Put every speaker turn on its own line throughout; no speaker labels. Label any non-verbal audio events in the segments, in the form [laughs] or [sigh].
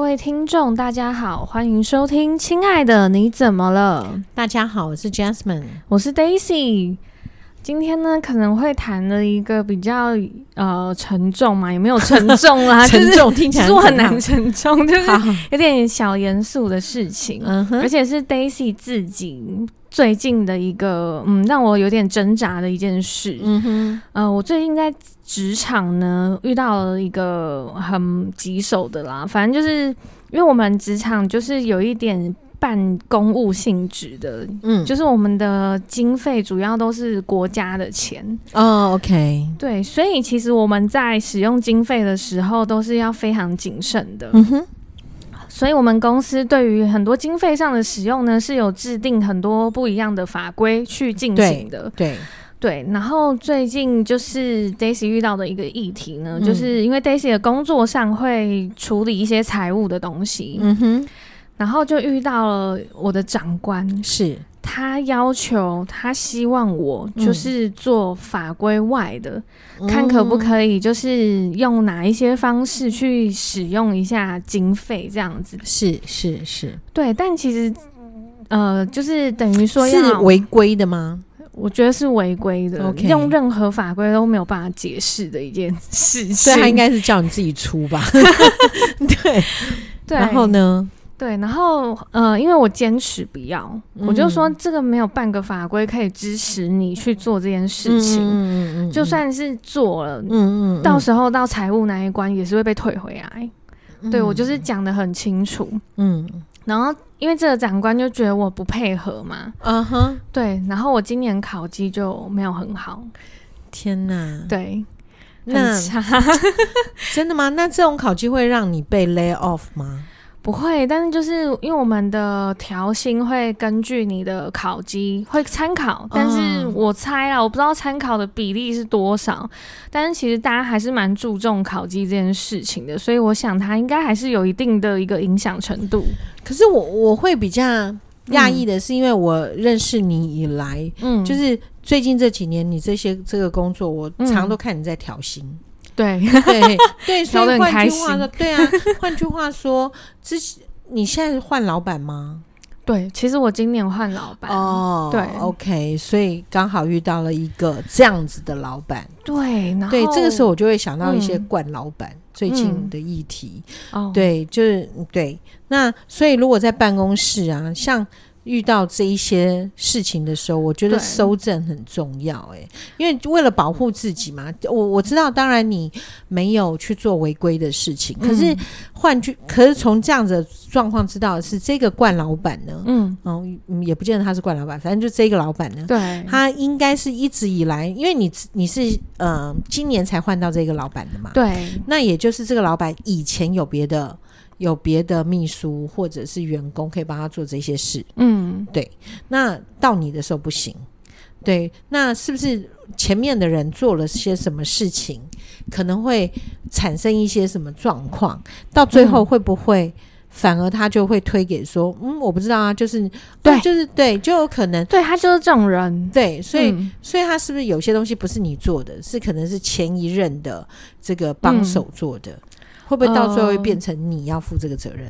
位听众，大家好，欢迎收听《亲爱的你怎么了》，
大家好，我是 Jasmine。
我是 Daisy。今天呢，可能会谈了一个比较呃沉重嘛，也没有沉重
[laughs]
啦，
沉重
啊就是，
听起
其
来
实我很难沉重，就是
好，
有点小严肃的事情，
嗯
而
哼，
且是 Daisy 自己最近的一个嗯，让我有点挣扎的一件事。
嗯哼，
呃，我最近在职场呢遇到了一个很棘手的啦，反正就是因为我们职场就是有一点半公务性质的，
嗯，
就是我们的经费主要都是国家的钱，
哦，OK，
对，所以其实我们在使用经费的时候都是要非常谨慎的，
嗯哼，
所以我们公司对于很多经费上的使用呢是有制定很多不一样的法规去进行的，
对，
对，然后最近就是 Daisy 遇到的一个议题呢，
嗯
就是因为 Daisy 的工作上会处理一些财务的东西，
嗯哼，
然后就遇到了我的长官，
是，
他要求他希望我
嗯
就是做法规外的，嗯看可
哦
不可以就是用哪一些方式去使用一下经费这样子。
是是是，
对，但其实呃，就是等于说
是
要
违规的吗？
我觉得是违规的
OK
用任何法规都没有办法解释的一件事情。
所以他应该是叫你自己出
[laughs]
吧？对，
对，
然后呢？
对，然后呃，因为我坚持不要，
嗯
我就说这个没有半个法规可以支持你去做这件事情，
嗯
就算是做了。
嗯嗯，
到时候到财务那一关也是会被退回来，
嗯
对我就是讲的很清楚。
嗯
然后因为这个长官就觉得我不配合嘛，
啊哈，
对。然后我今年考绩就没有很好，
天哪，
对，
那
很差。
真的吗？那这种考机会让你被 lay off 吗？
不会，但是就是因为我们的调薪会根据你的考绩会参考，但
嗯
是我猜啊，我不知道参考的比例是多少，但是其实大家还是蛮注重考绩这件事情的，所以我想它应该还是有一定的一个影响程度。
可是我我会比较讶异的是，因为我认识你以来，
嗯，
就
就是
是最近这几年你这些这个工作，我
嗯
常都看你在调薪。
对， [laughs]
对对，所
嗯调得
以
很
换
开
句话
心
说，对啊，换句话说，之前你现在是换老板吗？
对，其实我今年换老板，
哦，
对
，OK，所以刚好遇到了一个这样子的老板。
对，然后
对，这个时候我就会想到一些
嗯
惯老板最近的议题。
哦，
对，就是嗯对。那所以如果在办公室啊，像遇到这一些事情的时候，我觉得
对
收正很重要、欸，因为为了保护自己嘛。我我知道，当然你没有去做违规的事情，可是
嗯
换句，可是从这样子的状况知道的是，这个惯老板呢，
嗯，
哦、嗯也不见得他是惯老板，反正就这个老板呢。
对，
他应该是一直以来，因为你你是呃今年才换到这个老板的嘛，
对，
那也就是这个老板以前有别的有别的秘书或者是员工可以帮他做这些事，
嗯，
那到你的时候不行。对，那是不是前面的人做了些什么事情，可能会产生一些什么状况？到最后
嗯
会不会反而他就会推给说，嗯，我不知道啊，就是
对
哦就是对，就有可能
对他就是这种人，
对，所以、
嗯
所以他是不是有些东西不是你做的，是可能是前一任的这个帮手做的？
嗯
会不会到最后会变成你要负这个责任？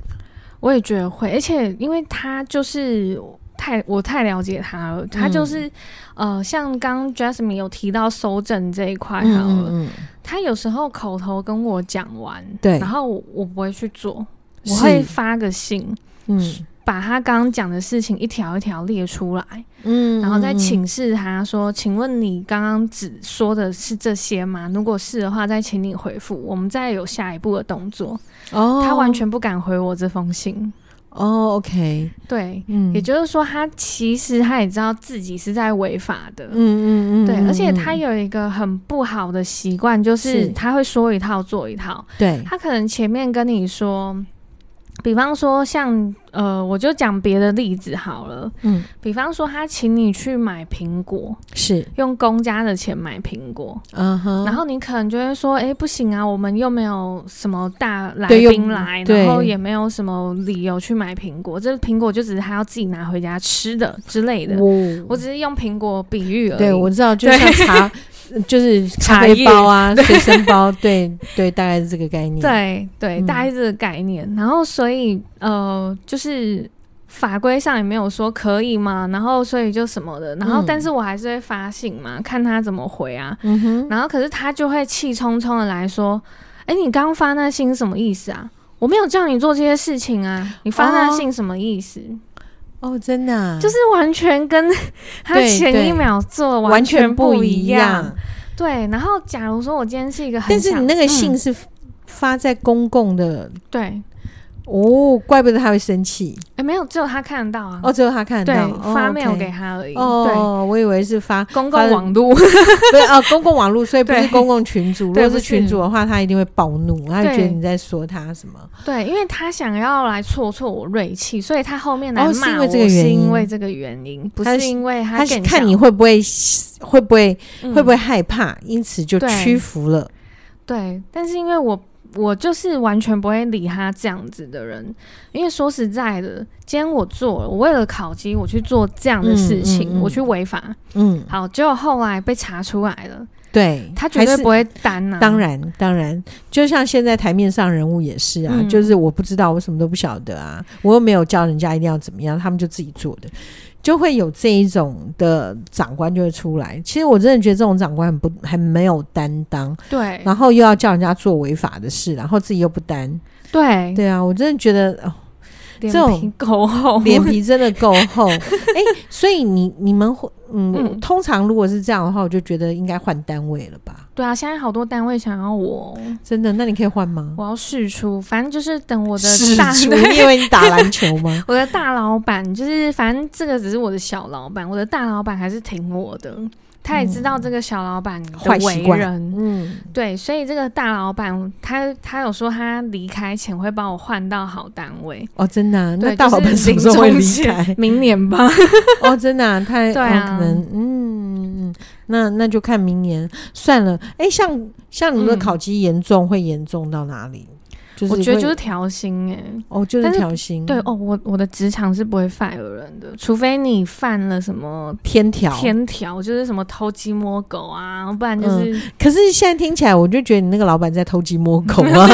我也觉得会，而且因为他就是太我太了解他了，
嗯
他就是、呃，像刚 Jasmine 有提到收整这一块好了，
嗯，
他有时候口头跟我讲完，
对
然后我我不会去做，我
是
会发个信。
嗯
把他刚刚讲的事情一条一条列出来，
嗯
然后再
嗯
请示他说：“请问你刚刚只说的是这些吗？如果是的话，再请你回复，我们再有下一步的动作。
哦，
他完全不敢回我这封信，
哦，OK，
对，
嗯，
也就是说，他其实他也知道自己是在违法的，
嗯嗯嗯，
对，
嗯
而且他
嗯
有一个很不好的习惯，就是
是嗯
他会说一套做一套。
对
他可能前面跟你说，比方说像呃，我就讲别的例子好了，
嗯
比方说他请你去买苹果，
是
用公家的钱买苹果，
嗯哼，
然后你可能就会说，哎、不行啊，我们又没有什么大来
对又嗯
宾来，
对
然后也没有什么理由去买苹果，这苹果就只是他要自己拿回家吃的之类的。
我
我只是用苹果比喻而已。
对我知道，就像茶 [laughs] 就是咖
茶
啡
叶
包啊、随身包，对对，大概是这个概念。
对对，
嗯
大概是这个概念。然后所以呃，就是法规上也没有说可以嘛，然后所以就什么的，然后
嗯
但是我还是会发信嘛，看他怎么回啊。
嗯哼，
然后可是他就会气冲冲的来说：“哎、你刚发那信是什么意思啊？我没有叫你做这些事情啊，你发那
哦
信什么意思？”
哦，真的啊、
就是完全跟他
对
前一
对
秒做
完
全
全
不
一
样。。对，然后假如说我今天是一个很
但是
想
你那个
嗯
信是发在公共的、
对，
哦，怪不得他会生气
哎，没有，只有他看得到啊。
哦，只有他看得
对
到，哦、
发 mail
OK
给他而已。对。
哦，我以为是发 [laughs]
公
发
共网络，
不是哦，公共网络，所以不是
对
公共群组。如
[laughs] 对
果
不
是
是
群组的话，他一定会暴怒，他就
对
觉得你在说他什么。
[laughs] 对，因为他想要来挫挫我锐气，所以他后面来
哦是因
骂我，
为这个原
是
因
因为这个原因，不
他
是
是
因为
他是
更
看
小
你会不会会不会
嗯
会不会害怕，因此就
对
屈服了。
对，但是因为我我就是完全不会理他这样子的人，因为说实在的，今天我做了，我为了考级我去做这样的事情，
嗯嗯嗯
我去违法，
嗯，
好，结果后来被查出来了，
对，
他绝
还
对
是
不会担呐、啊
当，然，当然，就像现在台面上人物也是啊，
嗯
就是我不知道，我什么都不晓得啊，我又没有教人家一定要怎么样，他们就自己做的，就会有这一种的长官就会出来。其实我真的觉得这种长官很不很没有担当，
对
然后又要叫人家做违法的事，然后自己又不担。
对，
对啊，我真的觉得、哦、
脸
这种
皮够厚，
脸皮真的够
[laughs]
厚。哎、所以你你们会嗯，
嗯
通常如果是这样的话，我就觉得应该换单位了吧？
对啊，现在好多单位想要我，
真的，那你可以换吗？
我要试出，反正就是等我的
是
大
主，
对
你以为你打篮球
[laughs]
吗？
我的大老板就是，反正这个只是我的小老板，我的大老板还是挺我的，他也知道这个小老板的
嗯坏习
为
惯
人，
嗯，
对，所以这个大老板他他有说他离开前会帮我换到好单位，
哦，真的啊、
对
那大老板什么时候会离开？
就是临终前 [laughs] 明年吧。
[laughs] 哦，真的、啊，他、
对啊
哦、可能嗯，嗯那那就看明年算了。哎、像像你们的
嗯
烤鸡严重、会严重到哪里？就是
我觉得
会
就是调薪哎、
哦，就是
但是
调薪，
对哦，我我的职场是不会 fire 人的，除非你犯了什么
天条。
天条，就是什么偷鸡摸狗啊，不然就是、
可是现在听起来，我就觉得你那个老板在偷鸡摸狗
[laughs]
啊，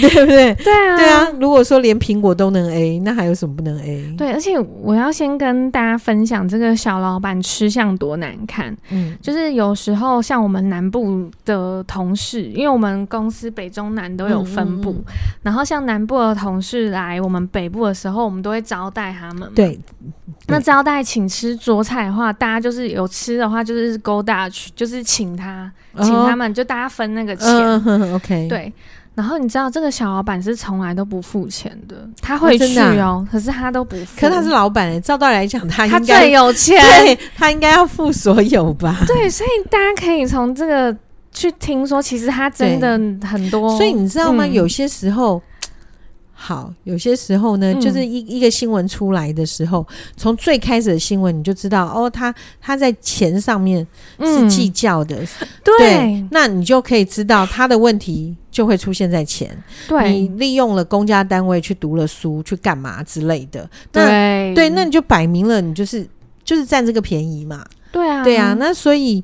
对不对？
对啊
对啊，如果说连苹果都能 A，那还有什么不能 A？，
对，而且我要先跟大家分享这个小老板吃相多难看。
嗯，
就是有时候像我们南部的同事，因为我们公司北中南都有分部，
嗯嗯
然后像南部的同事来我们北部的时候，我们都会招待他们嘛。
对，
那招待请吃桌菜的话，大家就是有吃的话，就是勾搭去，就是请他，请他
哦
们，就大家分那个钱。
嗯哼哼，OK，，
对，然后你知道这个小老板是从来都不付钱的，他会
真
去
的啊
哦，可是他都不付。
可是他是老板、欸，照道理来讲，他
他
应该 [laughs]
最有钱，
对他应该要负所有吧？
对，所以大家可以从这个去听说，其实他真的很多，
所以你知道吗？
嗯
有些时候。好，有些时候呢，
嗯
就是一一个新闻出来的时候，从最开始的新闻你就知道，哦，他他在钱上面是
嗯
计较的，
对
那你就可以知道他的问题就会出现在钱。你
对
利用了公家单位去读了书，去干嘛之类的。那
对
对，那你就摆明了，你就是就是占这个便宜嘛。
对啊
对啊，那所以。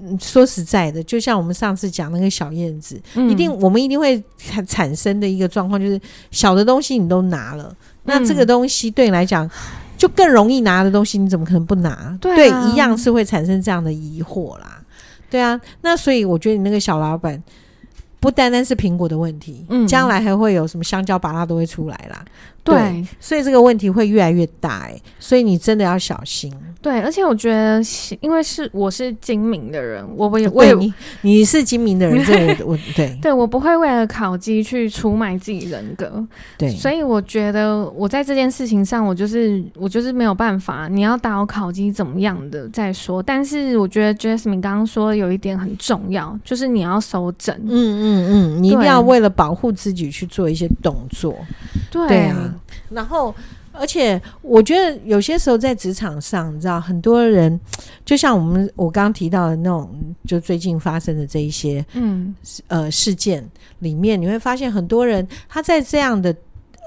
嗯说实在的，就像我们上次讲那个小燕子，
嗯
一定我们一定会产产生的一个状况，就是小的东西你都拿了，
嗯
那这个东西对你来讲就更容易拿的东西，你怎么可能不拿？
对啊
一样是会产生这样的疑惑啦。对啊，那所以我觉得你那个小老板不单单是苹果的问题，
嗯
将来还会有什么香蕉、芭拉都会出来啦，对
对
所以这个问题会越来越大、欸，所以你真的要小心。
对，而且我觉得是，因为是我是精明的人，我我也我
哦对
也。
你，你是精明的人，这我我对
[laughs] 对，我不会为了考绩去出卖自己人格，
对，
所以我觉得我在这件事情上，我就是我就是没有办法。你要打我考绩怎么样的再说，但是我觉得 Jasmine 刚刚说有一点很重要，就是你要收整。
嗯嗯嗯，你一定
对
要为了保护自己去做一些动作。
对
对啊，然后而且我觉得有些时候在职场上，你知道，很多人就像我们我刚刚提到的那种，就最近发生的这一些
嗯，
呃事件里面，你会发现很多人他在这样的。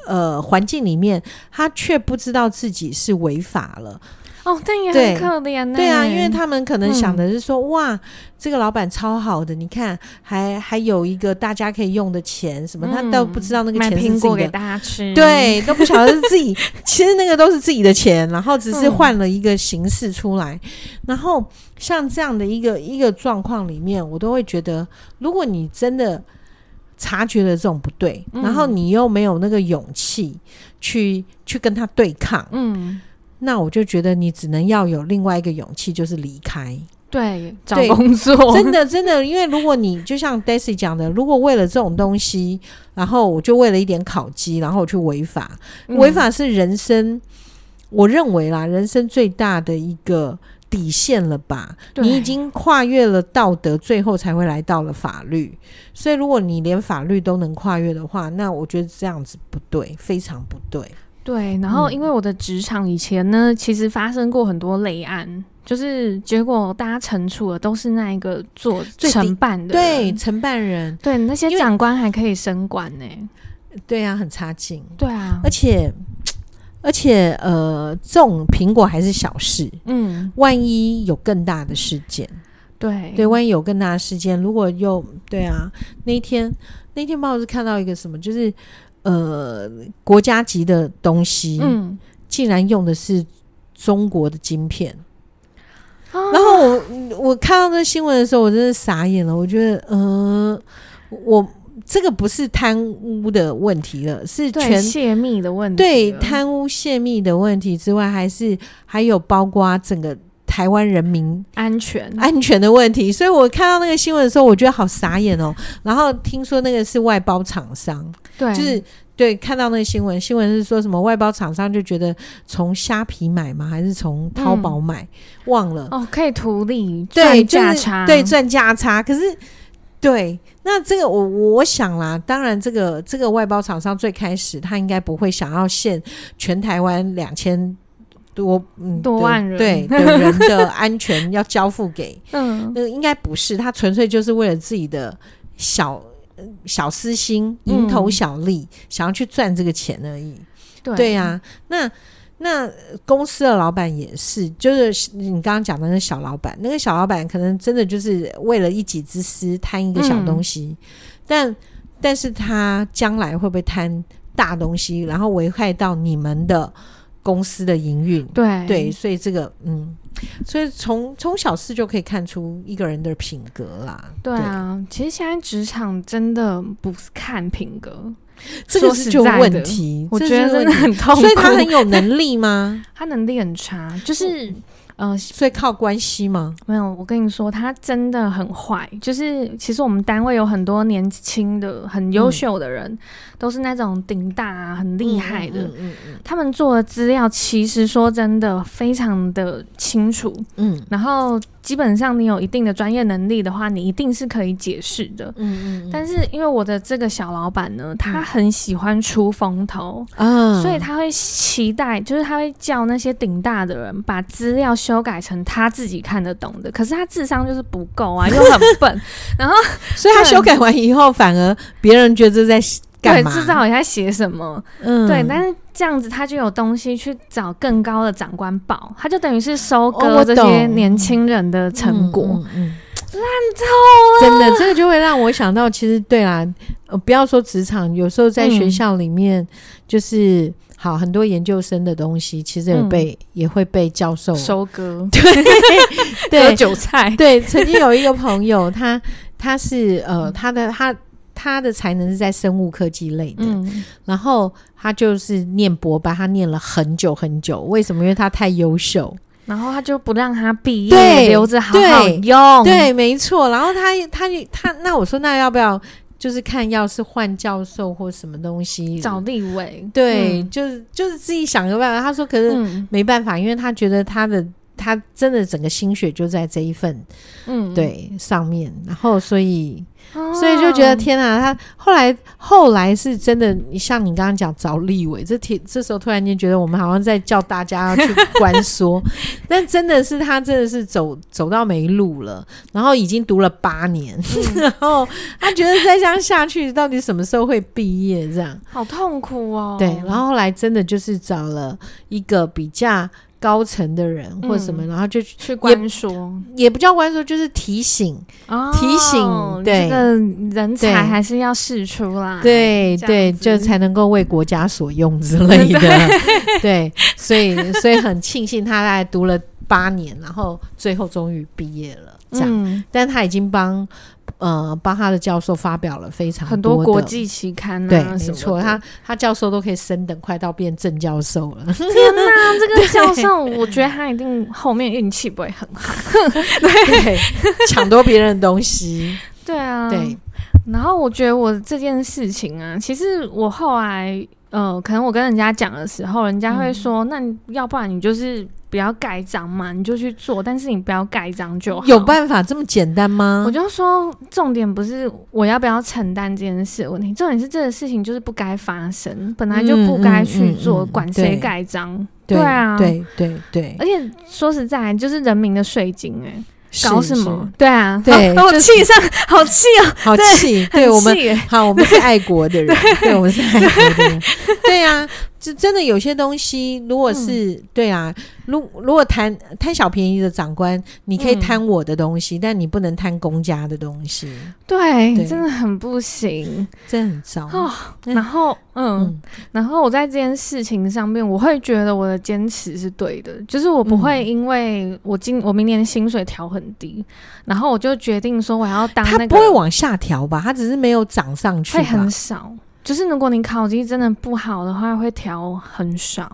呃，环境里面，他却不知道自己是违法了，
哦，但也
对
很可怜呢。
对啊，因为他们可能想
嗯
的是说，哇，这个老板超好的，你看还还有一个大家可以用的钱什么，他都
嗯
不知道那个
买
钱是
苹
自
果
己
给
的。
大家吃，，
对，都不晓得是
[laughs]
自己，其实那个都是自己的钱，然后只是
嗯
换了一个形式出来。然后像这样的一个一个状况里面，我都会觉得，如果你真的察觉了这种不对，
嗯
然后你又没有那个勇气去去跟他对抗，
嗯，
那我就觉得你只能要有另外一个勇气，就是离开。
对，找
对
工作
真的，真的，因为如果你就像 Daisy 讲的，如果为了这种东西，然后我就为了一点烤鸡，然后我去违法，
嗯
违，法是人生，我认为啦，人生最大的一个底线了吧？
对
你已经跨越了道德，最后才会来到了法律。所以，如果你连法律都能跨越的话，那我觉得这样子不对，非常不对。
嗯对。然后
嗯
因为我的职场以前呢，其实发生过很多雷案。就是结果，大家惩处的都是那一个做
最低
承办的
对，
人，
承办人，
对，那些
因为
长官还可以升官呢。
对啊，很差劲，
对啊
而，且。而且，呃，这种苹果还是小事，
嗯，
万一有更大的事件，
对，
对，万一有更大的事件，如果又对啊，那一天那一天不知道是看到一个什么，就是呃国家级的东西，
嗯，
竟然用的是中国的晶片。
啊
然后我我看到那新闻的时候，我真的傻眼了。我觉得，呃，我这个不是贪污的问题了，是
对
全
泄密的问题了，
对贪污泄密的问题之外，还是还有包括整个台湾人民
安全，
安全的问题，所以我看到那个新闻的时候，我觉得好傻眼哦。然后听说那个是外包厂商，
对，
就是对看到那个新闻，新闻是说什么外包厂商就觉得从虾皮买吗？还是从淘宝买？忘了，
哦，可以图利
对，
赚
就
价
是
差，
对赚价差。可是对，那这个我我想啦，当然这个这个外包厂商最开始他应该不会想要限全台湾两千。多嗯
多
的
万人 [laughs]
对的人的安全要交付给
嗯，
那个应该不是，他纯粹就是为了自己的小呃小私心、
嗯
蝇头小利，想要去赚这个钱而已。
对，
对呀、那那公司的老板也是，就是你刚刚讲的那个小老板，那个小老板可能真的就是为了一己之私贪一个
嗯
小东西，但但是他将来会不会贪大东西，然后危害到你们的公司的营运？
对
对，，所以这个嗯，所以从从小事就可以看出一个人的品格啦。
对啊，其实现在职场真的不是看品格，
这个
说
是
实
就
在
问
的
题，
我
这
觉
是
得真
问
的
题。
很痛苦。
所以他
[laughs]
很有能力吗？
他能力很差，就是呃，
所以靠关系吗？
没有，我跟你说，他真的很坏。就是其实我们单位有很多年轻的、很优秀的人，都是那种顶大、啊、很厉害的。
嗯嗯嗯
他们做的资料，其实说真的非常的清楚，
嗯嗯
然后基本上你有一定的专业能力的话，你一定是可以解释的。
嗯嗯，嗯
但是因为我的这个小老板呢，他很喜欢出风头，
啊，
所以他会期待，就是他会叫那些顶大的人把资料修改成他自己看得懂的。可是他智商就是不够
[laughs]
啊，又很笨，
所以他
对
修改完以后，反而别人觉得这在干
对，
嘛？
知道你在写什么。
嗯
对，但是这样子他就有东西去找更高的长官报，他就等于是收
哦
割
我
这
懂
些年轻人的成果。
嗯嗯嗯真的，这个就会让我想到，其实对啦，呃，不要说职场，有时候在学
嗯
校里面，就是、好很多研究生的东西，其实也
嗯
被、也会被教授
收割，割
嗯对
韭菜。
对。曾经有一个朋友，他他是呃，他的他他的才能是在生物科技类的，
嗯，
然后他就是念博班，他念了很久很久，为什么？因为他太优秀。
然后他就不让他毕
对
业，留着好好
对
用。
对，没错。然后他他他，那我说那要不要就是看，要是换教授或什么东西
找立委，
对，就是就是自己想个办法。他说可是
嗯
没办法，因为他觉得他的他真的整个心血就在这一份
嗯，
对上面，然后所以
哦，
所以就觉得天啊，他后来后来是真的，你像你刚刚讲找立委，这天这时候突然间觉得我们好像在叫大家要去关
[laughs]
说，但真的是他真的是走走到没路了，然后已经读了八年，
嗯
[laughs] 然后他觉得再这样下去，到底什么时候会毕业这样？
好痛苦哦。
对，然后后来真的就是找了一个比较。高层的人或什么，
嗯
然后就去
去关说，
也不叫关说，就是提醒。
哦
提醒对
这个人
对
才还是要试出来，
对
啊这
对，
样子
就才能够为国家所用之类
[laughs]
的。 [laughs] 对，所以所以很庆幸他大概读了八年，然后最后终于毕业了，这样。
嗯，
但他已经帮呃帮他的教授发表了非常
很
多
多
的
国。际期刊啊，
对，
什么
没
的
错，他他教授都可以升等，快到变正教授
[laughs]
了。
天哪，这个教授，我觉得他一定后面运气不会很好。
[laughs] 对，抢夺别人的
[laughs]
东西。
对啊，
[laughs] 对，
然后我觉得我这件事情啊，其实我后来，呃，可能我跟人家讲的时候，人家
嗯
会说，那你要不然你就是不要盖章嘛，你就去做，但是你不要盖章就好。
有办法这么简单吗
我？就说，重点不是我要不要承担这件事的问题，重点是这个事情就是不该发生，本来就不该去做，
嗯嗯嗯嗯
管谁
对
盖章。对啊哎
对对对，
而且说实在，就是人民的税金哎、搞
是
什么？？对啊，
对
好好
就是
气上，好气哦，
是好
对
气，
很
对我们
气欸
[laughs] 好，我们是爱国的人，对，我们是爱国
[laughs]
的人，对啊，这真的有些东西，如果是、
嗯
对啊，如如果贪贪小便宜的长官，你可以
嗯
贪我的东西，但你不能贪公家的东西，
对，
对
真的很不行
这很糟。
哦。
嗯
然后，嗯
嗯，
然后我在这件事情上面，我会觉得我的坚持是对的，就是我不会因为我今我明年薪水调很低，然后我就决定说我要当
他
那
不
个
会往下调吧？他只是没有涨上去
会
吧
很？少。就是如果你考绩真的不好的话，会调很少。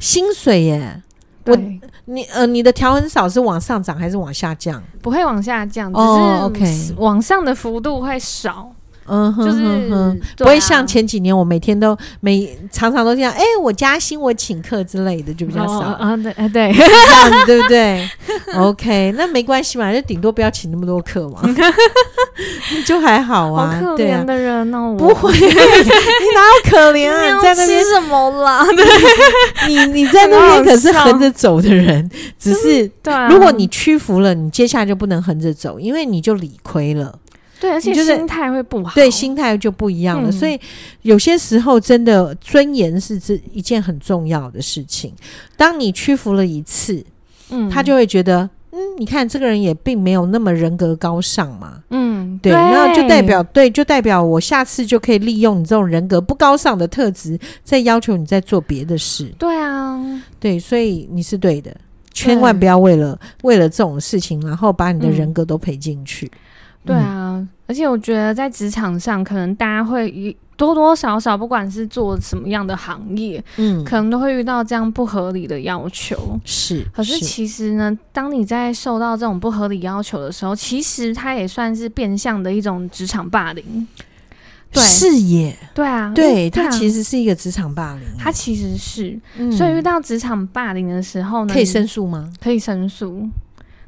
薪水耶，我
对，
你呃，你的调很少是往上涨还是往下降？
不会往下降，只
哦
是
，OK
往上的幅度会少，
嗯哼
就是
哼哼不
对
会
啊
像前几年，我每天都每常常都这样，哎、我加薪，我请客之类的，就比较少。
哦啊，对，哎对，
这样子对不对？OK，那 [laughs] 没关系嘛，就顶多不要请那么多课
[laughs]
嘛，就还好
好
啊。
可
对
怜
啊，
的人哦，
不会，你哪有可怜啊？
你
你在那
吃
边，
什么
[laughs]
啦？
你你在那边可是横着走的人，只是
对啊，
如果你屈服了，你接下来就不能横着走，因为你就理亏了，
对，而且
你就是
心态会不好，
对，心态就不一样了。
嗯
所以有些时候，真的尊严是这一件很重要的事情。当你屈服了一次，
嗯，
他就会觉得，嗯，你看这个人也并没有那么人格高尚嘛。
嗯，
对，那就代表对，就代表我下次就可以利用你这种人格不高尚的特质，再要求你在做别的事。
对啊，
对，所以你是对的，千
嗯
万不要为了为了这种事情，然后把你的人格都赔进去。
对啊，
嗯
而且我觉得在职场上，可能大家会一多多少少，不管是做什么样的行业，
嗯，嗯，
可能都会遇到这样不合理的要求。
是，
可是其实呢，当你在受到这种不合理要求的时候，其实它也算是变相的一种职场霸凌。对
是也，
对啊，
对他其
实
实是一个职场霸凌，
它其实是，
嗯
所以遇到职场霸凌的时候呢，
可以申诉吗？
可以申诉，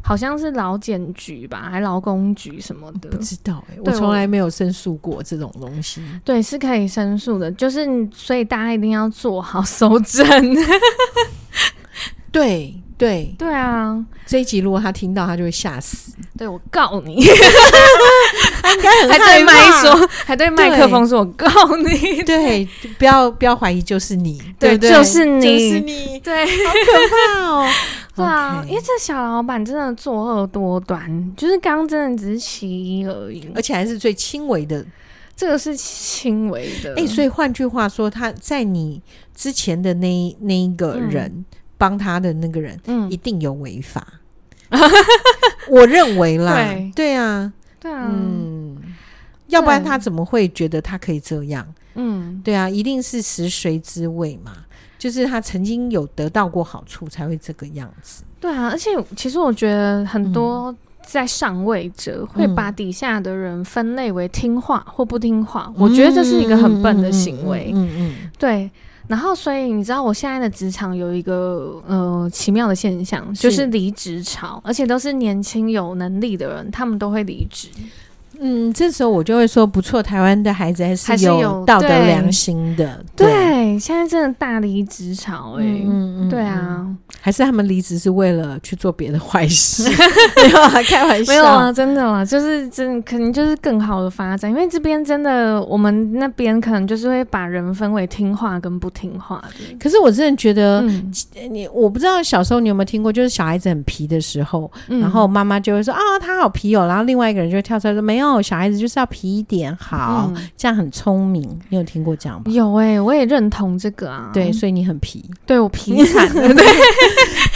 好像是劳检局吧，还劳工局什么的
不。知道哎，我
呃对
从
我
来没有申诉过这种东西。
对，是可以申诉的，就是你所以大家一定要做好 [laughs] 搜证。
啊对对，
对啊，
这一集如果他听到，他就会吓死，
对我告你，
他应
[laughs]
该很
还对麦
怕。
说，还对麦克风说，我告 [laughs] 你。
对，不要不要怀疑，就是你，
对
不对？
就是你
就是你，
对
好可怕哦！
[laughs] 对啊
OK
因为这小老板真的作恶多端，就是刚刚真的只是其一而已，
而且还是最轻微的。
这个是轻微的。
哎、所以换句话说，他在你之前的那一那一个
嗯
人、帮他的那个人，
嗯
一，定有违法。
[laughs]
我认为啦，
对
啊，
对啊，嗯
嗯，要不然他怎么会觉得他可以这样？
嗯，
对啊，一定是食髓知味嘛，就是他曾经有得到过好处，才会这个样子。
对啊，而且其实我觉得很多在上位者会
嗯
把底下的人分类为听话或不听话，我觉得这是一个很笨的行为。
嗯嗯嗯
对，然后所以你知道我现在的职场有一个呃奇妙的现象，就是
是
离职潮，而且都是年轻有能力的人，他们都会离职。
嗯嗯这时候我就会说，不错，台湾的孩子还
还
是
是有
有道德
对
良心的。
对，对，现在真的大离职潮哎、
嗯
对，啊，
还是他们离职是为了去做别的
[laughs]
坏事？没有啊，开玩笑，
没有啊，真的啦，就是真可能就是更好的发展，因为这边真的我们那边可能就是会把人分为听话跟不听话的。
可是我真的觉得，
嗯，
你我不知道小时候你有没有听过，就是小孩子很皮的时候，
嗯
然后妈妈就会说啊，他好皮哦，然后另外一个人就会跳出来说没有，小孩子就是要皮一点，好，
嗯
这样很聪明。你有听过这样吗？
有哎、我也认同这个啊。
对，，所以你很皮，
对我皮惨
[laughs]
了。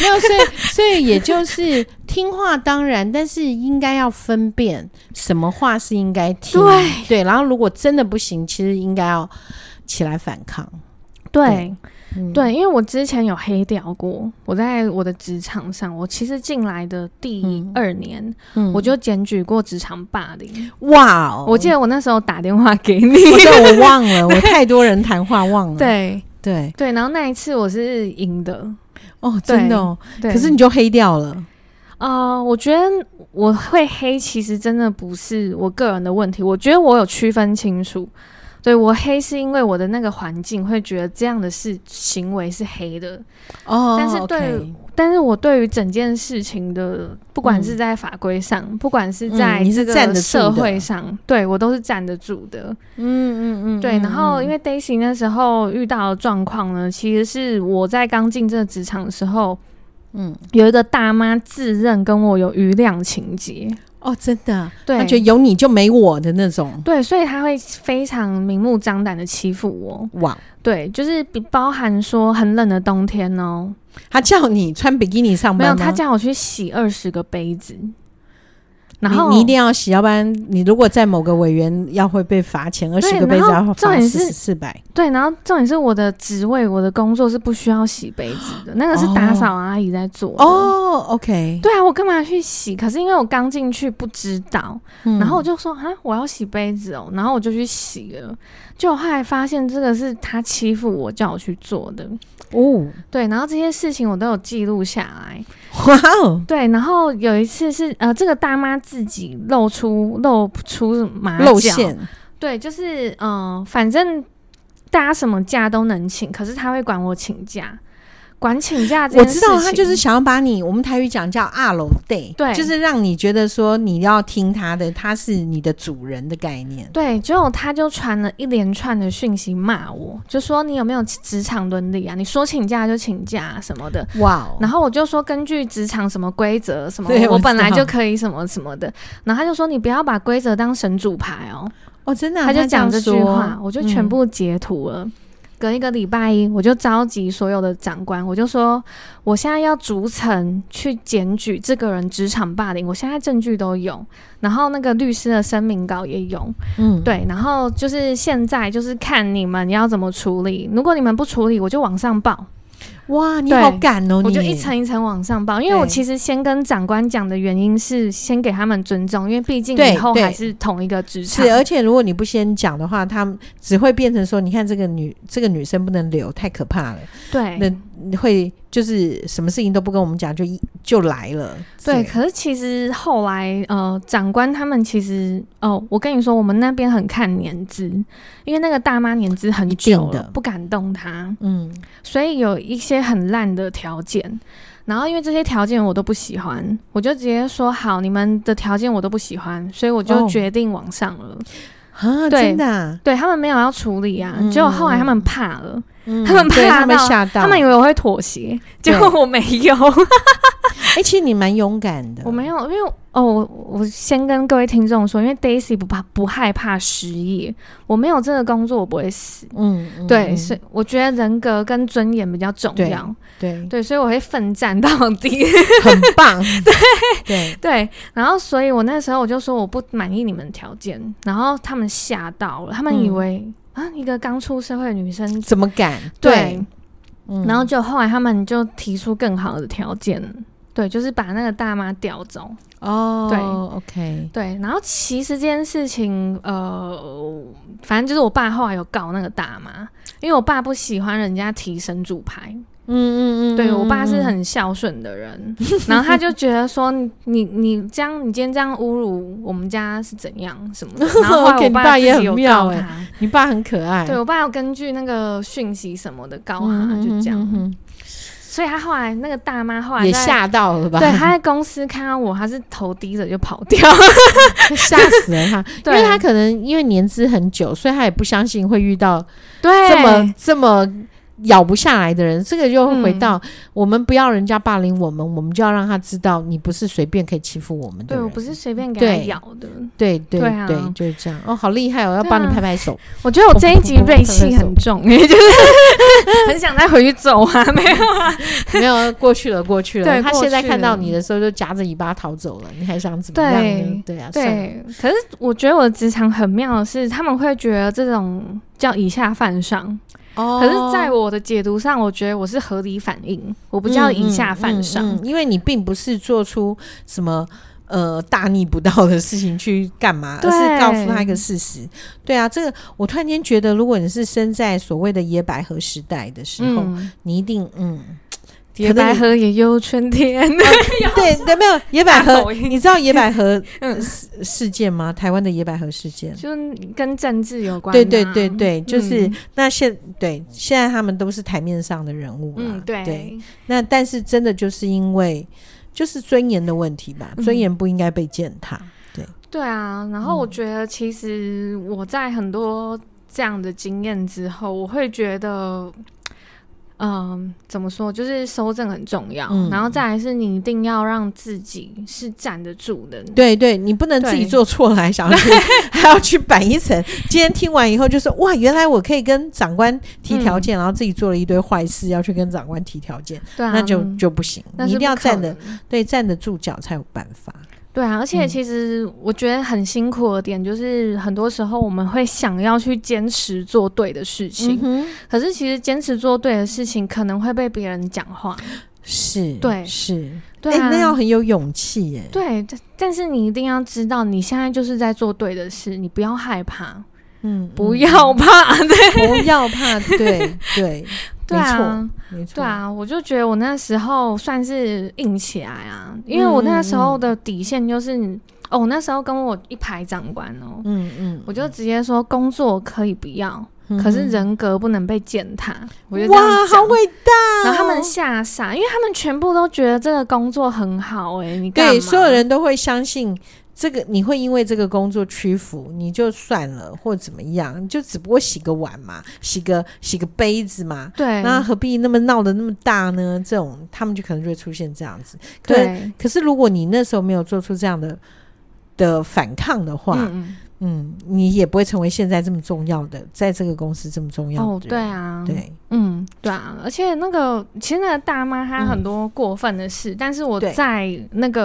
没有，所以所以也就是听话当然，但是应该要分辨什么话是应该听，
对
对，然后如果真的不行，其实应该要起来反抗，
对
嗯，
对，因为我之前有黑掉过，我在我的职场上，我其实进来的第
嗯
二年，
嗯
我就检举过职场霸凌。
哇哦，
我记得我那时候打电话给你，
我对我忘了，我太多人谈话忘
[laughs]
了，
对
对，
对，然后那一次我是赢的，
哦，真的哦，
对，
可是你就黑掉了，
呃，我觉得我会黑，其实真的不是我个人的问题。我觉得我有区分清楚，对我黑是因为我的那个环境会觉得这样的事行为是黑的，
哦，
但是
OK
对但是我对于整件事情的，不管是在法规上，不管是在
嗯你
这
是站
个
得住
社
的
会上，对我都是站得住的。
嗯嗯嗯，
对，然后因
为
为 Daisy 那时候遇到的状况呢，其实是我在刚进这个职场的时候，
嗯，
有一个大妈自认跟我有余量情节，
哦，真的，
对，
他觉得有你就没我的那种，
对，所以他会非常明目张胆的欺负我。
哇，
对，就是比包含说很冷的冬天哦，
他叫你穿比基尼上
没有
班
他
吗？
叫我去洗二十个杯子，然
你
后
你一定要洗，要不然你如果在某个委员要会被罚钱，二十个杯子
然
要
后重
罚
点
四
是
十四百，
对，然后重点是我的职位，我的工作是不需要洗杯子的，那个是打扫阿姨在做的。
哦，OK，
对啊，我干嘛去洗？可是因为我刚进去不知道，
嗯
然后我就说啊，我要洗杯子哦，然后我就去洗了，就后来发现这个是他欺负我叫我去做的，
哦，
对，然后这些事情我都有记录下来。
[laughs] 哇哦，
对，然后有一次是呃，这个大妈自己露出露出马脚，
露馅，
对，就是嗯、呃反正大家什么假都能请，可是她会管我请假，管请假这
我
件
知
事情。
道他就是想要把你，我们台语讲叫二楼 day，
对
就是让你觉得说你要听他的，他是你的主人的概念。
对，结果他就传了一连串的讯息骂我，就说你有没有职场伦理啊？你说请假就请假啊什么的。
哇哦，
然后我就说，根据职场什么规则什么
对，
我
我知
本来
道
就可以什么什么的。然后他就说，你不要把规则当神主牌哦。
哦，真的啊、
他就
这
讲
样
这句
说嗯
话，我就全、部截图了。隔一个礼拜一，我就召集所有的长官，我就说，我现在要逐层去检举这个人职场霸凌，我现在证据都有，然后那个律师的声明稿也有，
嗯，嗯，
对，然后就是现在就是看你们要怎么处理，如果你们不处理，我就往上报，
哇，你
对
好敢哦，
我就
你
一层一层往上报，因为我
对
其实先跟长官讲的原因是先给他们尊重，因为毕竟
对
以后
对
还是同一个职场
是，，而且如果你不先讲的话，他们只会变成说，你看这个女这个女生不能留，太可怕了，
对，
那你会就是什么事情都不跟我们讲，就一就来了。
对，
是
可是其实后来呃，长官他们其实哦，我跟你说，我们那边很看年资，因为那个大妈年资很
一定
久
的
了，不敢动她，
嗯，
所以有一些很烂的条件。然后因为这些条件我都不喜欢，我就直接说好，你们的条件我都不喜欢，所以我就
哦
决定往上了。
啊，
对
真的、啊，
对他们没有要处理啊，
嗯
结果后来他们怕了，
嗯
他们
对
怕
他们
到
吓到，
他们以为我会妥协，结果我没有。
哎、其实你蛮勇敢的，
我没有，因为哦，我我先跟各位听众说，因为 Daisy 不怕不害怕失业，我没有这个工作，我不会死。
嗯，嗯，
对，
嗯
所以我觉得人格跟尊严比较重要。
对，
[laughs] 对，所以我会奋战到底。 [laughs]
很棒，对对，
对，然后所以我那时候我就说我不满意你们条件，然后他们吓到了，他们以
嗯
为、啊一个刚出社会的女生。
怎么敢？
对，，
嗯
然后就后来他们就提出更好的条件，对，就是把那个大妈调走。
哦，
对
，OK，
对，然后其实这件事情，呃，反正就是我爸后来有告那个大妈，因为我爸不喜欢人家提神主牌，
嗯嗯嗯，
对我
嗯
爸是
嗯
很孝顺的人，然后他就觉得说你你你这样，你今天这样侮辱我们家是怎样什
[laughs]
么的。然后后来
OK，
我
你爸
自己
也很
有
妙
告
欸
他，
你爸很可爱，
对我爸有根据那个讯息什么的告
嗯，
他，就这样。
嗯嗯
所以他后来那个大妈后
嗯
来
也
在
吓到了吧？
对，他在公司看到我，他是头低着就跑掉。
[laughs] 吓死了他，
[laughs]
因
对
为他可能因为年资很久，所以他也不相信会遇到
对，
这么这么咬不下来的人。这个又会
嗯
回到我们不要人家霸凌我们，我们就要让他知道你不是随便可以欺负我们的
对
人。
我不是随便给
对
他咬的。
对对
对啊
对，就是这样。哦，好厉害哦！要
对啊
帮你拍拍手。
我觉得我这一集锐气很重，哎， [laughs] 就是很想再回去走 [laughs] 啊，没有啊？
没有，过去了，过去了。
对
他
过
现在
去
看到
了
你的时候就夹着尾巴逃走了，你还想怎么样呢？对啊，算了
对，可是我觉得我的职场很妙的是，他们会觉得这种叫以下犯上，
哦
可是在我的解读上，我觉得我是合理反应，我不叫以下犯上。
嗯嗯嗯因为你并不是做出什么呃大逆不道的事情去干嘛，而
对
是告诉他一个事实。对啊，这个我突然间觉得，如果你是生在所谓的野百合时代的时候，
嗯，
你一定嗯，
野百合也有春天。 [laughs]
对对没有野百
大
合，
口音
你知道野百合
[laughs] 嗯
事事件吗？台湾的野百合事件。
就是跟政治有关、啊。
对对对对，就是、
嗯
那现对现在他们都是台面上的人物啦，
嗯，对
对，那但是真的就是因为就是尊严的问题吧，
嗯
尊严不应该被践踏。
对啊。然后我
嗯
觉得，其实我在很多这样的经验之后，我会觉得，嗯、怎么说，就是修正很重要。
嗯
然后再来是你一定要让自己是站得住的。
对对，你不能自己
对
做错了还想要去 [laughs] 还要去板一层。今天听完以后就说哇，原来我可以跟长官提条
嗯
件，然后自己做了一堆坏事要去跟长官提条件，
对啊，
那就就不行。
那
你
是
一定要
不可
站得
能。
对站得住脚才有办法。
对啊，而且
嗯
其实我觉得很辛苦的点，就是很多时候我们会想要去坚持做对的事情，
嗯哼，
可是其实坚持做对的事情可能会被别人讲话。
是，
对
是，
对
哎
啊，
那要很有勇气耶。
对，但但是你一定要知道，你现在就是在做对的事，你不要害怕，
嗯，
不
嗯
要怕，对
不要怕，
[laughs]
对对，
对啊，
没错，
对啊，我就觉得我那时候算是硬起来啊，因为我那时
嗯
候的底线就是，哦，我那时候跟我一排长官哦，
嗯嗯，
我就直接说工作可以不要，可是人格不能被践踏，我就这样
哇，好
讲。
伟大哦！
然后他们吓傻，因为他们全部都觉得这个工作很好哎、你干嘛
对所有人都会相信这个，你会因为这个工作屈服，你就算了或怎么样，就只不过洗个碗嘛，洗个洗个杯子嘛，
对，
那何必那么闹得那么大呢？这种他们就可能就会出现这样子。可是，
对，
可是如果你那时候没有做出这样的的反抗的话，嗯
嗯
你也不会成为现在这么重要的，在这个公司这么重
嗯
要的
哦，
人
对啊，
对，
嗯，对啊，而且那个其实那个大妈她很多过分的事，但是我
嗯对
在那个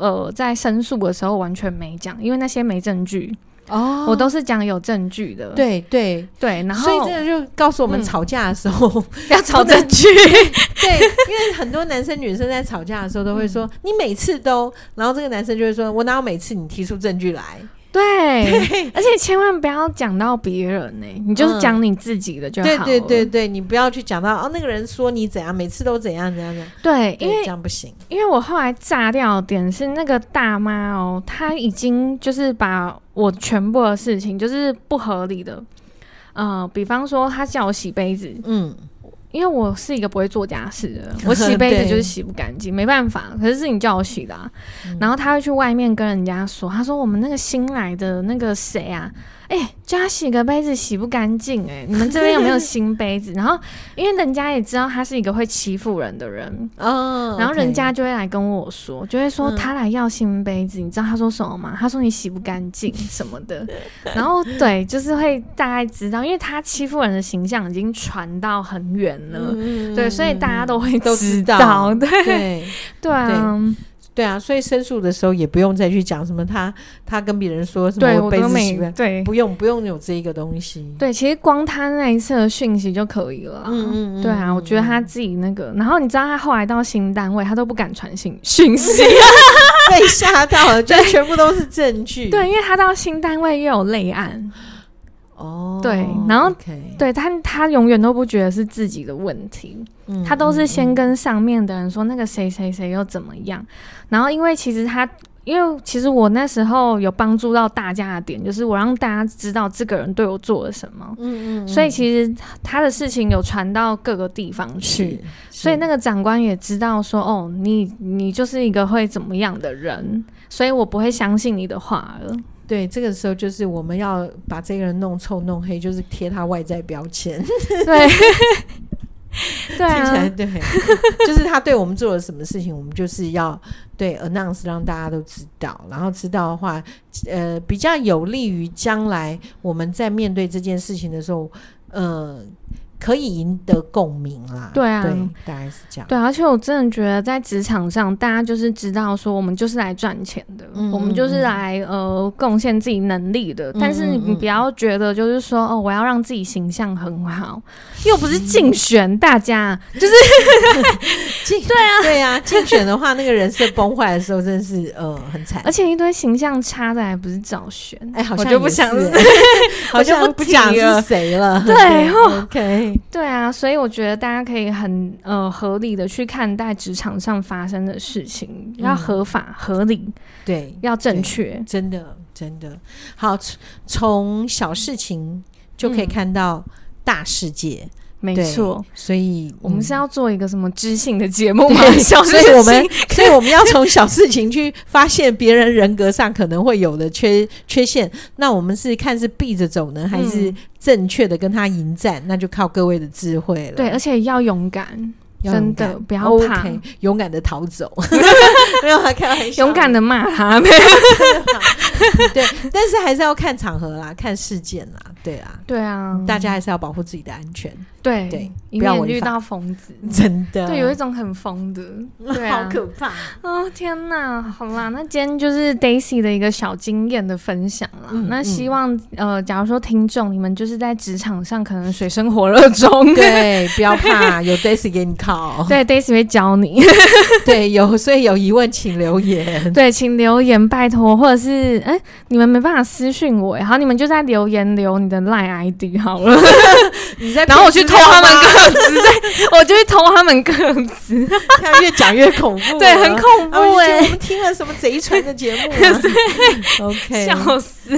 呃在申诉的时候完全没讲，因为那些没证据，
哦
我都是讲有证据的。
对对，
对，然
所以
后
这个就告诉我们
嗯
吵架的时候，
要找证
[laughs]
据，
对，因为很多男生女生在吵架的时候都会
嗯
说、你每次都，然后这个男生就会说我哪有每次你提出证据来？
对，而且千万不要讲到别人呢、你就是
嗯
讲你自己的就好
对
了。
对对对，你不要去讲到哦那个人说你怎样，每次都怎样怎样怎样，
对，因
对，
为
这样不行。
因为我后来炸掉的点是那个大妈哦，她已经就是把我全部的事情就是不合理的，呃，比方说她叫我洗杯子，
嗯，
因为我是一个不会做家事的人，我洗杯
对
子就是洗不干净，没办法。可是是你叫我洗的、啊，然后她会去外面跟人家说，她说我们那个新来的那个谁啊，哎、叫他洗个杯子洗不干净，哎，你们这边有没有新杯子？ [laughs] 然后因为人家也知道他是一个会欺负人的人，
哦，
然后
OK
人家就会来跟我说，就会说
嗯
他来要新杯子，你知道他说什么吗？他说你洗不干
[laughs]
净什么的。然后对，就是会大概知道，因为他欺负人的形象已经传到很远了，
嗯
对，所以大家都会
都知
知
道 [laughs]
对
对
对啊，
对啊，所以申诉的时候也不用再去讲什么他他跟别人说什么
对
我
我
杯
都
子洗
没
不干
对
不用不用有这一个东西。
对，其实光他那一次的讯息就可以了啊。
嗯
对啊，我觉得他自己那个，然后你知道他后来到新单位，他都不敢传信讯息，
[laughs]
[laughs]
被吓到了，就全部都是证据。
对，因为他到新单位又有类案，
哦，
对然后
OK，
对，但他永远都不觉得是自己的问题，
嗯
他都是先
嗯
跟上面的人说那个谁谁谁又怎么样，然后因为其实他。因为其实我那时候有帮助到大家的点，就是我让大家知道这个人对我做了什么，
嗯嗯嗯
所以其实他的事情有传到各个地方去
嗯是，，
所以那
个
个长官也知道说，哦，你你就是一个会怎么样的人，所以我不会相信你的话
[laughs]
了。
对这个时候就是我们要把这个人弄臭弄黑，就是贴他外在标签，
对， [laughs] 对
听起来
啊，
对，就是他对我们做了什么事情，我们就是要对 announce 让大家都知道，然后知道的话，呃，比较有利于将来我们在面对这件事情的时候，呃，可以赢得共鸣啦。
对啊
对，大概是这样。
对，啊而且我真的觉得在职场上，大家就是知道说，我们就是来赚钱的，
嗯
我们就是来呃贡献自己能力的。但是
嗯嗯
你
嗯
不要觉得就是说，哦，我要让自己形象很好，又不是竞选，大家就是
竞对啊，对啊，竞选的话，那个人设崩坏的时候，真的是呃很惨
而。且一堆形象差的还不是照选，
哎，好像
我就不
也是
想 [laughs]
哎好
我就
像
不
不
提
讲是
了
谁了。
对哦
，OK，
对啊，所以我觉得大家可以很呃合理的去看待职场上发生的事情，要合法、合理，
嗯对，
要正确。
真的，真的好，从从小事情就可以
嗯
看到大世界，
没
对
错，，
所以
我们是
嗯
要做一个什么知性的节目吗？ [laughs]
对
小
所以
事情
我们，所以我们要从小事情去发现别人人格上可能会有的缺缺陷。那我们是看是避着走呢，还是
嗯
正确的跟他迎战？那就靠各位的智慧了。
对，而且要勇敢，
要勇敢，
真的不要怕
OK，勇敢的逃
[laughs]
走， [laughs] 没有啊，开玩笑，
勇敢的骂他。没
对， [laughs] 但是还是要看场合啦，看事件啦，对啦。
对啊，
大家还是要保护自己的安全，
对
对
以
不要
免
违
遇
法
到疯子。
真的。
嗯对，有一种很疯的，
[laughs]
对啊
好可怕。
哦天呐，好啦，那今天就是 Daisy 的一个小经验的分享啦。
嗯
那
嗯
希望呃，假如说听众你们就是在职场上可能水深火热中，
对，不要怕， [laughs] 有 Daisy 给你考。
[laughs] 对 Daisy 会教你。 [laughs]
对，有，所以有疑问请留言。
对，请留言拜托，或者是哎、你们没办法私讯我，好，你们就在留言留你的 Line ID 好了，
你
[laughs]
在
然后我去偷他们 [laughs]
个，
个资，
[laughs]
对，我就去偷他们个资，
他越讲越恐怖了，
对，很恐
然后
怖
啊哦我就觉得
哎、
我们听了什么贼船的
[laughs]
节目啊？OK，
笑死！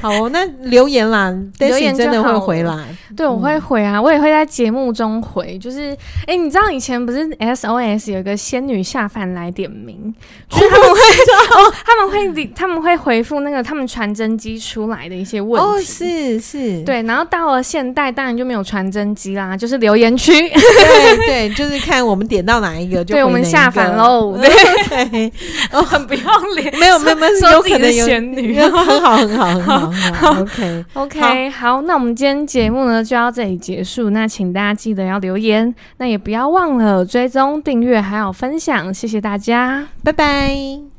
好哦，那留言啦
留言
，Daisy
就
真的会
好
回来。哦
对，我
嗯
会回啊，我也会在节目中回。就是，哎、你知道以前不是 SOS 有一个仙女下凡来点名，就是他们会， [laughs] 哦、他们会理，他们会回复那个他们传真机出来的一些问
哦，
题。
是是，
对，然后到了现代，当然就没有传真机啦，就是留言区。
对对，就是看我们点到哪一个就
对，
回
我们
哪一
下
个
凡。喽，对，
[laughs] 对，
很不要脸，
[laughs] 没有没有没有，
说
有
自己
可能
是
有，
仙女。
[laughs] 很好很好很好很好，OK。
[laughs] OK，好那我们今天节目呢就到这里结束。那请大家记得要留言，那也不要忘了追踪、订阅还有分享，谢谢大家。
拜拜。